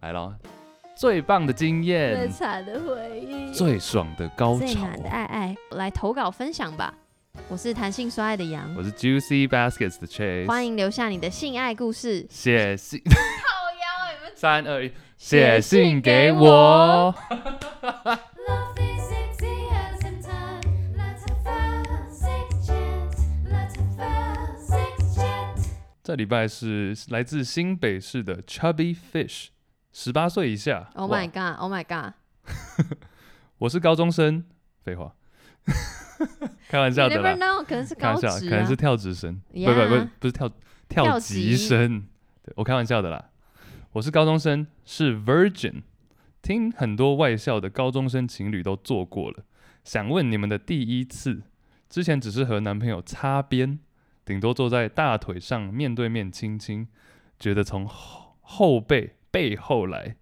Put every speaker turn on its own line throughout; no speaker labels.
来咯，最棒的经
最
验，
惨的回忆，
最爽的高
最
潮
暖。的爱爱，来投稿分享吧。我是弹性说爱的羊，
我是 Juicy Baskets 的 Chase，
欢迎留下你的性爱故事。
写 信
靠腰欸你们
三二一，写
写信
信给
给我
我。
Love is easy as in time. Let's have a six chance. Let's have a six chance.
这礼拜是来自新北市的 Chubby Fish，十八岁以下。
Oh my
哇
god，Oh my god，
我是高中生，废话， 开玩
你
笑的啦，
never know，可能是
开玩
高职
笑，可能
啊
是。跳职生，不
呀
不不，不是跳
跳
跳级
级
生，对我开玩笑的啦。我是高中生，是 Virgin，听很多外校的高中生情侣都做过了，想问你们的第一次，之前只是和男朋友擦边，顶多坐在大腿上面对面亲亲，觉得从后后背背后来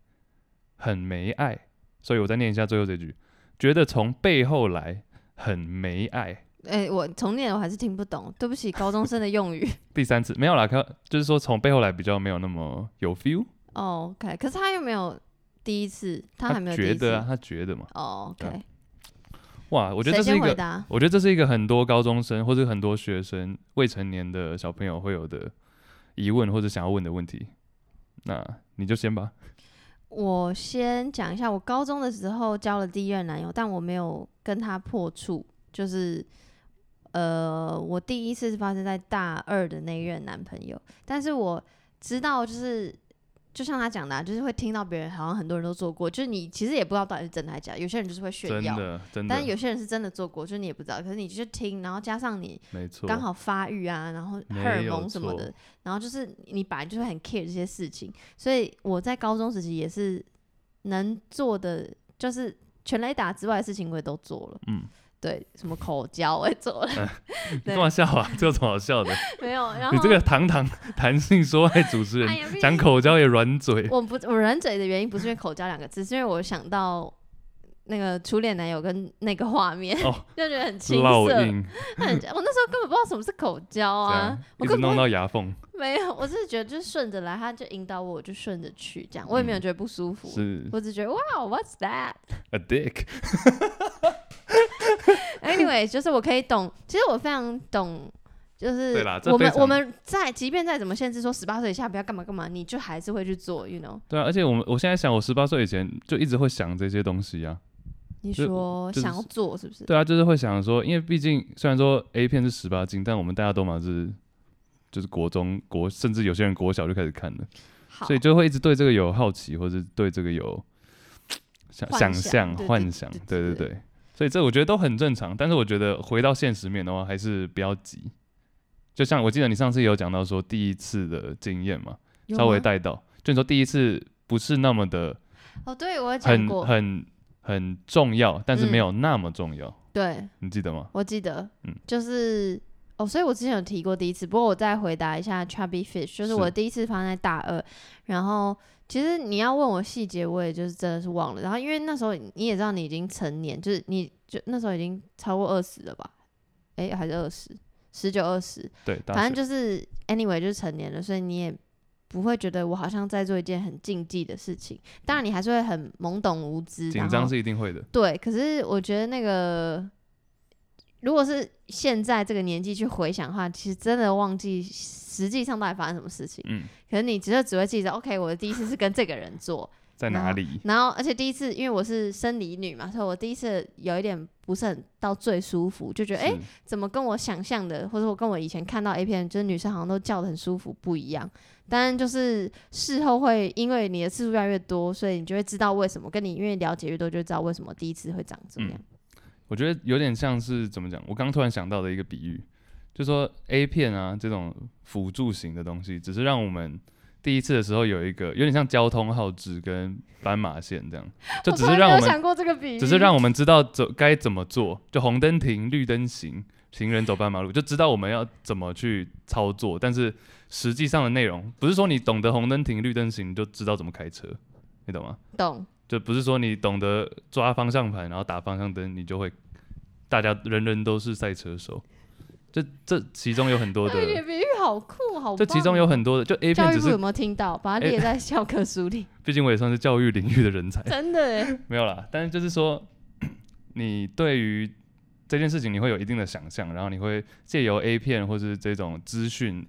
很没爱，所以我再念一下最后这句，觉得从背后来很没爱。
哎、我重念我还是听不懂，对不起，高中生的用语。
第三次没有啦，可就是说从背后来比较没有那么有 feel。
哦 OK，可是他又没有第一次，他还没有第
觉
一次。
得啊，他觉得嘛，
哦
对
OK，
哇，我
我
觉得这是一
回
个，
答
我觉得这是一个很多高中生或者很多学生、未成年的小朋友会有的疑问或者想要问的问题。那你就先吧。
我先讲一下，我高中的时候交了第一任男友，但我没有跟他破处，就是呃，我第一次是发生在大二的那一任男朋友，但是我知道就是。就像他讲的、啊，就是会听到别人好像很多人都做过，就是你其实也不知道到底是真的还是假的。有些人就是会炫
真
耀，
的，真
但是
的，
有些人是真的做过，就是你也不知道。可是你就听，然后加上你
没错，
刚好发育啊，然后荷
没
尔
有
蒙什么
错
的，然后就是你本来就会很 care 这些事情，所以我在高中时期也是能做的，就是全雷打之外的事情我也都做了，
嗯，
对，什么口交我也 做了，
你
对
干嘛笑啊？ 这有什么好笑的？
没有，然后
你这个堂 堂弹性说爱主持
哎呀
人，
不是
讲口交也软嘴，
我不我忍嘴的原因不是因为口交两个字，是因为我想到那个初恋男友跟那个画面，
哦
就觉得很青
烙
涩，
印，
很 我那时候根本不知道什么是口 交
这
啊
样，
我
一直
根本
弄到牙缝，
没有，我只是觉得就是顺着来，他就引导我，我就顺着去，这样我也没有
嗯
觉得不舒服，
是
我只觉得哇，What's that？
a dick，
Anyway，就是我可以懂，其实我非常懂，就是
对啦这
我们
非常
我们在即便再怎么限制说十八岁以下不要干嘛干嘛，你就还是会去做，you know？
对啊，而且我们我现在想，我十八岁以前就一直会想这些东西啊。
你
就
说
就是
想要做是不是？
对啊，就是会想说，因为毕竟虽然说 A 片是十八禁，但我们大家都嘛是就是国中国，甚至有些人国小就开始看了，
好
所，以就会一直对这个有好奇，或者对这个有想想
幻想
象、
对对
幻想
对，
对
对
对对。所以这我觉得都很正常，但是我觉得回到现实面的话，还是不要急。就像我记得你上次也有讲到说第一次的经验嘛，
有
稍微
吗
带到，就你说第一次不是那么的
哦，对我有讲
很
过，嗯
很很重要，但是没有那么重要，
对
你记得吗？
我记得，
嗯
就是哦，所以我之前有提过第一次，不过我再回答一下 Chubby Fish，就是
是
我第一次发生在大二，然后其实你要问我细节，我也就是真的是忘了，然后因为那时候你也知道你已经成年，就是你就那时候已经超过二十了吧，诶，还是二十，十九二十，
对，大
反
学
正就是 anyway 就是成年了，所以你也不会觉得我好像在做一件很禁忌的事情，当然你还是会很懵懂无知，然
紧
后
张是一定会的，
对，可是我觉得那个，如果是现在这个年纪去回想的话，其实真的忘记实际上到底发生什么事情。
嗯，
可是你只是只会记得，OK，我的第一次是跟这个人做，
在
然
哪
后
里？
然后而且第一次因为我是生理女嘛，所以我第一次有一点不是很到最舒服，就觉得哎、诶
是
怎么跟我想象的，或者我跟我以前看到 A 片，就是女生好像都叫的很舒服不一样。当然，就是事后会因为你的次数越来越多，所以你就会知道为什么，跟你因为了解越多，就知道为什么第一次会长这样。
我觉得有点像是怎么讲？我刚突然想到的一个比喻，就说 A 片啊这种辅助型的东西，只是让我们第一次的时候有一个有点像交通号志跟斑马线这样，就只
从
是
来
让
没
我
有
们
想过这个比喻，
只是让我们知道走该怎么做，就红灯停，绿灯行，行人走斑马路，就知道我们要怎么去操作。但是实际上的内容，不是说你懂得红灯停，绿灯行，你就知道怎么开车，你懂吗？
懂。
就不是说你懂得抓方向盘，然后打方向灯，你就会大家人人都是赛车手，这这其中有很多
我
的，
觉得比喻好酷，好棒哦。
这其中有很多的，就 A
教
片
育
只
部有
是，
没有听到？把它
哎
列在教科书里，
毕竟我也算是教育领域的人才，
真的耶。
没有啦。但是就是说， 你对于这件事情你会有一定的想象，然后你会借由 A 片或是这种资讯，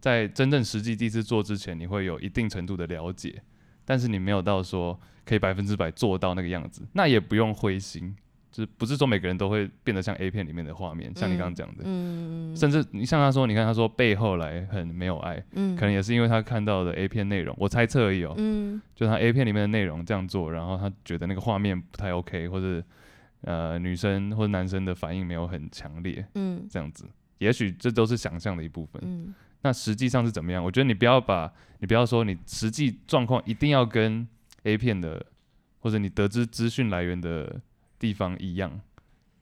在真正实际第一次做之前，你会有一定程度的了解，但是你没有到说可以百分之百做到那个样子，那也不用灰心，就是不是说每个人都会变得像 A 片里面的画面，像你刚刚讲的。
嗯
甚至你像他说，你看他说背后来很没有爱，
嗯
可能也是因为他看到的 A 片内容，我猜测而已哦，
嗯
就他 A 片里面的内容这样做，然后他觉得那个画面不太 OK，或者呃女生或者男生的反应没有很强烈，
嗯
这样子，也许这都是想象的一部分。
嗯
那实际上是怎么样？我觉得你不要把你不要说你实际状况一定要跟 A 片的或者你得知资讯来源的地方一样，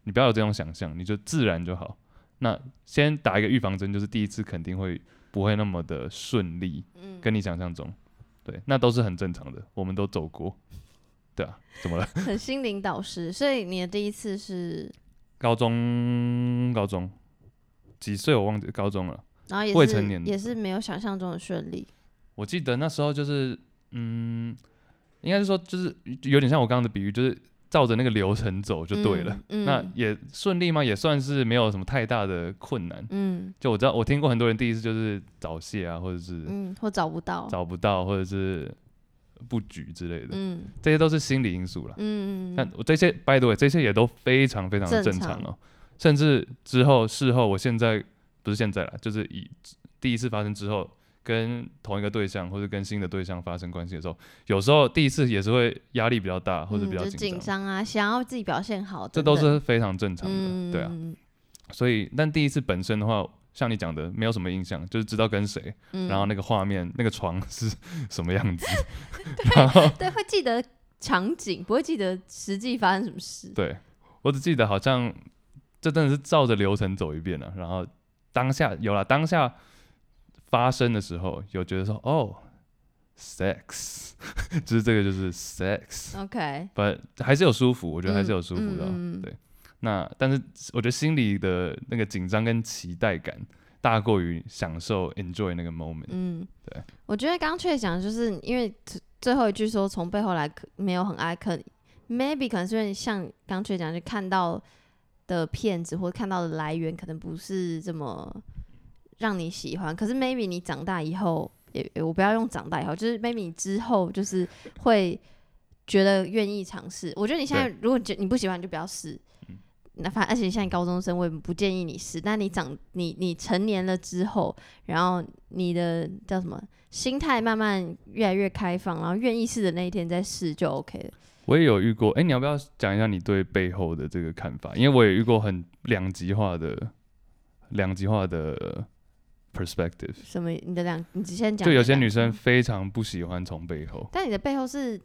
你不要有这种想象，你就自然就好。那先打一个预防针，就是第一次肯定会不会那么的顺利，
嗯，
跟你想象中，对，那都是很正常的，我们都走过，对啊，怎么了？
嗯很心灵导师。所以你的第一次是，
高中，高中几岁我忘记，高中了。
然后也是
未成年
也是没有想象中的顺利。
我记得那时候就是，嗯，应该是说就是有点像我刚刚的比喻，就是照着那个流程走就对了。
嗯嗯
那也顺利吗？也算是没有什么太大的困难。
嗯
就我知道，我听过很多人第一次就是早泄啊，或者是
嗯，或找不到。
找不到，或者是布局之类的，
嗯
这些都是心理因素啦。
嗯嗯
但
嗯
我这些，by the way，这些也都非常非常的
正
正
常
常哦、甚至之后事后，我现在不是现在了，就是以第一次发生之后，跟同一个对象或者跟新的对象发生关系的时候，有时候第一次也是会压力比较大或者比较
嗯就
紧
紧
张，
张啊，想要自己表现好，
这
等
都
等
是非常正常的，
嗯
对啊。所以，但第一次本身的话，像你讲的，没有什么印象，就是知道跟谁，
嗯
然后那个画面、那个床 是什么样子，
对，会记得场景，不会记得实际发生什么事。
对我只记得好像这真的是照着流程走一遍了、啊然后当下有了当下发生的时候，有觉得说哦，sex，就是 这个就是 sex，
OK，
不、还是有舒服，我觉得还是
嗯
有舒服的哦、
哦嗯嗯嗯
对，那但是我觉得心里的那个紧张跟期待感大过于享受 enjoy 那个 moment，、
嗯，
对。
我觉得刚刚确讲，就是因为最最后一句说从背后来可没有很爱，可 maybe 可能是因为像刚刚确讲，就看到的片子或看到的来源，可能不是这么让你喜欢。可是 maybe 你长大以后，也也我不要用长大以后，就是 maybe 你之后就是会觉得愿意尝试。我觉得你现在如果你觉你不喜欢，你就不要试。那反而且你现在高中生，我也不建议你试。但你长你你成年了之后，然后你的叫什么心态慢慢越来越开放，然后愿意试的那一天再试就 OK 了。
我也有遇过，哎、你要不要讲一下你对背后的这个看法？因为我也遇过很两极化的、两极化的 perspective，
什么？你的两，你先讲。
就有些女生，非常不喜欢从背后。
但你的背后是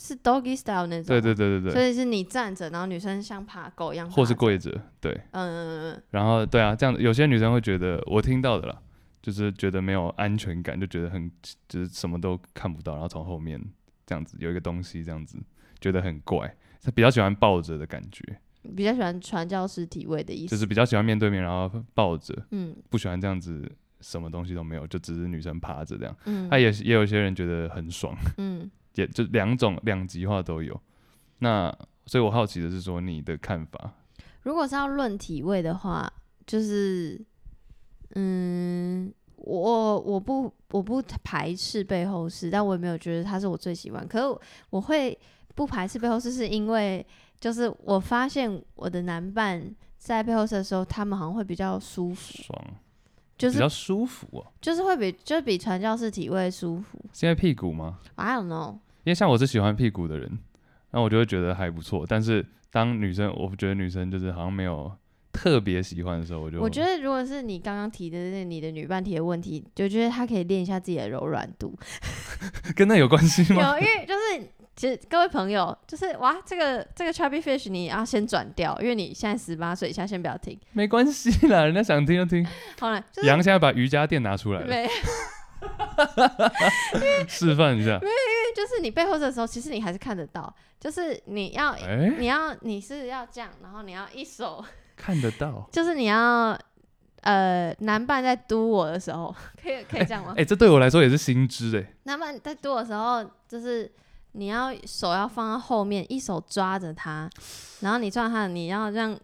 是 doggy style 那种，
对对对对
所
对，
以是你站着，然后女生像爬狗一样，
或是，跪着，对，
嗯嗯
然后对啊，这样子有些女生会觉得，我听到的啦，就是觉得没有安全感，就觉得很就是什么都看不到，然后从后面这样子有一个东西这样子，觉得很怪，她比较喜欢抱着的感觉，
嗯，比较喜欢传教士体位的意思，
就是比较喜欢面对面，然后抱着，
嗯
不喜欢这样子，什么东西都没有，就只是女生趴着这样。
嗯
那、也是也有些人觉得很爽，
嗯
也就两种两极化都有。那所以我好奇的是说你的看法，
如果是要论体位的话，就是，嗯，我我不我不排斥背后式，但我也没有觉得它是我最喜欢。可是我我会不排斥背后式，是因为就是我发现我的男伴在背后式的时候，他们好像会比较舒服，
爽，
就
比
是
较舒服哦，
就是会比就比传教士体位舒服。
是因为屁股吗？
I don't know，
因为像我是喜欢屁股的人，那我就会觉得还不错。但是当女生，我觉得女生就是好像没有特别喜欢的时候，我就
我觉得如果是你刚刚提的那你的女伴提的问题，就觉得她可以练一下自己的柔软度。
跟那有关系 吗？
有，因为就是其实各位朋友，就是哇，这个这个 chubby fish 你要先转掉，因为你现在十八岁以下先不要听。
没关系啦，人家想听就听。
好了，就是
杨现在把瑜伽垫拿出来了，
没，因
示范一下。
为就是你背后的时候，其实你还是看得到，就是你要、
哎、
你要你是要这样，然后你要一手，
看得到。
就是你要呃男伴在嘟我的时候， 可以可以这样吗
哎、？这对我来说也是新知哎、
男伴在嘟我的时候，就是你要手要放到后面，一手抓着他，然后你抓他，你要这 样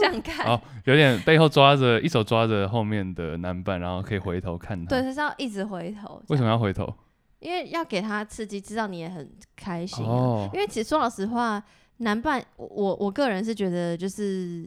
这样看，
好，有点背后抓着，一手抓着后面的男伴，然后可以回头看他。
对，，就是要一直回头。
啊为什
么？
么要回头？
因为要给他刺激，知道你也很开心啊、
哦
因为其实说老实话，男伴我我我个人是觉得就是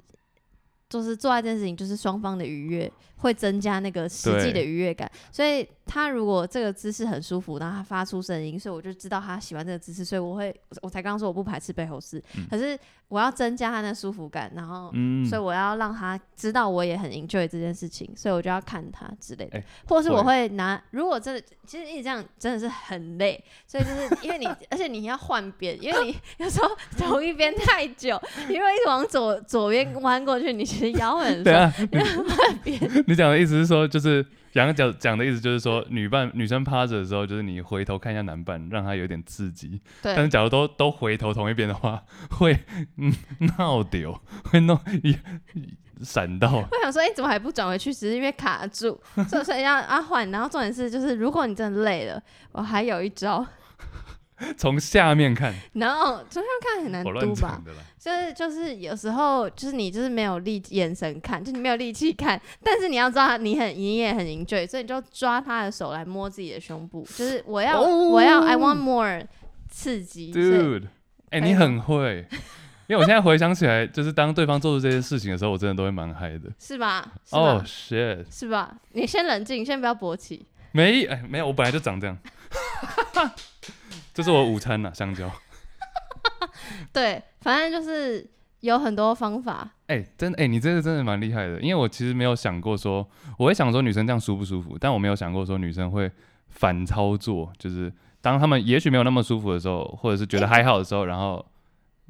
就是做爱这件事情，就是双方的愉悦会增加那个实际的
对
愉悦感。所以他如果这个姿势很舒服，然后他发出声音，所以我就知道他喜欢这个姿势，所以我会我才刚刚说我不排斥背后式，可是我要增加他的舒服感，然后。
嗯，
所以我要让他知道我也很 enjoy 这件事情，所以我就要看他之类的，
哎
或者是我
会
会拿，如果真的其实一直这样真的是很累，所以就是因为你，而且你要换边，因 为你有时候同一边太久，你如果一直往左左边弯过去，你其实腰会 很
对
酸。
啊，你你讲的意思是说，就是杨讲讲的意思就是说，女伴女生趴着的时候，就是你回头看一下男伴，让他有点刺激。但是
对，
假如都都回头同一边的话，会嗯闹丢，会弄一闪到。
我想说，哎、怎么还不转回去？只是因为卡住，所以所以要啊换。然后重点是，就是如果你真的累了，我还有一招，
从下面看，
然后就要看很难
我
嘟
乱
吧
讲。的啦。
就是就是有时候就是你就是没有力眼神看，就你没有力气看，但是你要知道你很你也很 enjoy，所以你就抓他的手来摸自己的胸部，就是我要、我要 I want more 刺激，所以
哦 Dude，哎、你很会，因为我现在回想起来，就是当对方做出这些事情的时候，我真的都会蛮嗨的。
是吧？是吧
哦、s h i t
是吧？你先冷静，先不要勃起。
没哎、没有，我本来就长这样。 这是我午餐呐、香蕉。
对，反正就是有很多方法。
哎、真哎、你这个真的蛮厉害的，因为我其实没有想过说，我会想说女生这样舒不舒服，但我没有想过说女生会反操作，就是当他们也许没有那么舒服的时候，或者是觉得还好的时候，然后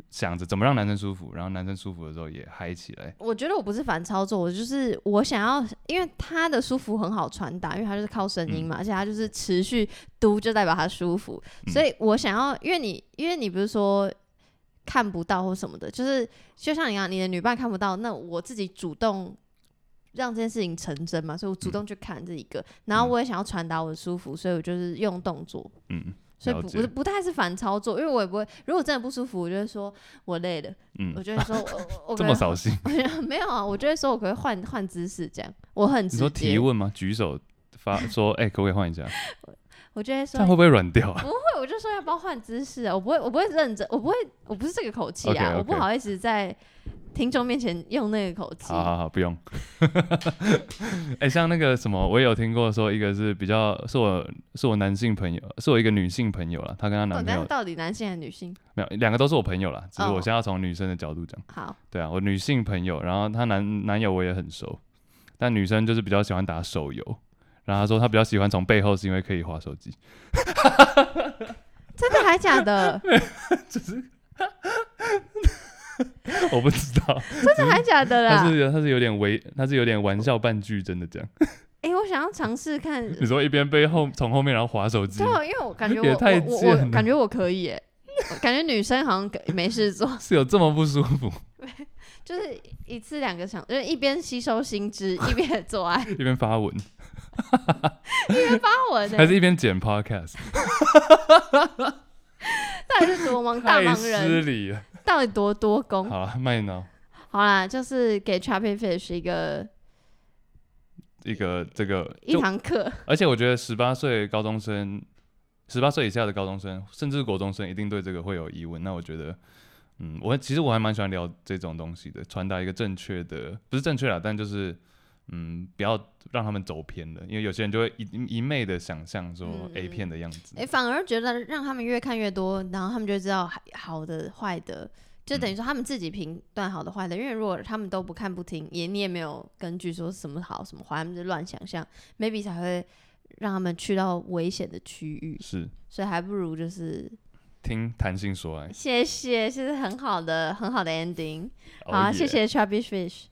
想着怎么让男生舒服，然后男生舒服的时候也嗨起来。
我觉得我不是反操作，我就是我想要，因为他的舒服很好传达，因为他就是靠声音嘛，而且他就是持续嘟，就代表他舒服，
嗯
所以我想要，因为你，因为你不是说看不到或什么的，就是就像你讲，你的女伴看不到，那我自己主动。让这件事情成真嘛，所以我
嗯
主动去看这一个，然后我也想要传达我的舒服，所以我就是用动作，
嗯，
所以
了
不
解
不不太是反操作，因为我也不会，如果真的不舒服，我就会说我累了，我
嗯，
就会说我我 我
这
可
么
能
扫兴。
没有啊，我就会说我可不可以换换姿势这样，我很 直
你说
接。
提问吗？举手 发说，哎、可不可以换一下？
我就会
这
说
样会不会软掉啊？
会，我就说要不要换姿势啊？我不会，我不会认真，我不会，我不是这个口气啊
OK，OK
我不好意思在听众面前用那个口气。
好好好，不用。 哎、像那个什么，我也有听过说，一个是比较是我是我男性朋友，是我一个女性朋友啦，她跟她
到
男
底
朋友
哦到底男性还是女性？
没有，两个都是我朋友啦，只是
哦
我现在要从女生的角度讲。
好，
对啊，我女性朋友，然后她男男友我也很熟，但女生就是比较喜欢打手游，然后她说她比较喜欢从背后是因为可以划手机，
真的还假 的？
我不知道，
真的还假的啊
她
啦？
是她是有点为她是有点玩笑半句真的这样。
哎、我想要尝 试看。
你说一边背后从后面然后划手机
对，啊，因为我感觉
也
我
太
我
贱
我
了
我感觉我可以耶、我感觉女生好像可没事做，
是有这么不舒服？
就是一次两个小，就是一边吸收 新知，一边做爱，
一边发文，
发文呢、
还是一边剪 podcast？
到底是多忙大
太
忙人
失？礼了。
到底多多功？
好了，麦脑
好啦，就是给 Trapping Fish 一个
一个这个，
一
就
堂课，
而且我觉得十八岁高中生、十八岁以下的高中生，甚至是国中生，一定对这个会有疑问。那我觉得，嗯，我其实我还蛮喜欢聊这种东西的，传达一个正确的，不是正确啦，但就是。嗯，不要让他们走偏了，因为有些人就会一一昧的想象说
嗯
A 片的样子。
哎、反而觉得让他们越看越多，然后他们就知道好的、坏的，就
嗯
等于说他们自己评断好的、坏的。因为如果他们都不看不听，也你也没有根据说什么好什么坏，他们就乱想象，maybe 才会让他们去到危险的区域。
是
所以还不如就是
听谈性说爱。
谢谢，这是很好的、很好的 ending。好、
哦
啊，
耶
谢谢 Chubby Fish。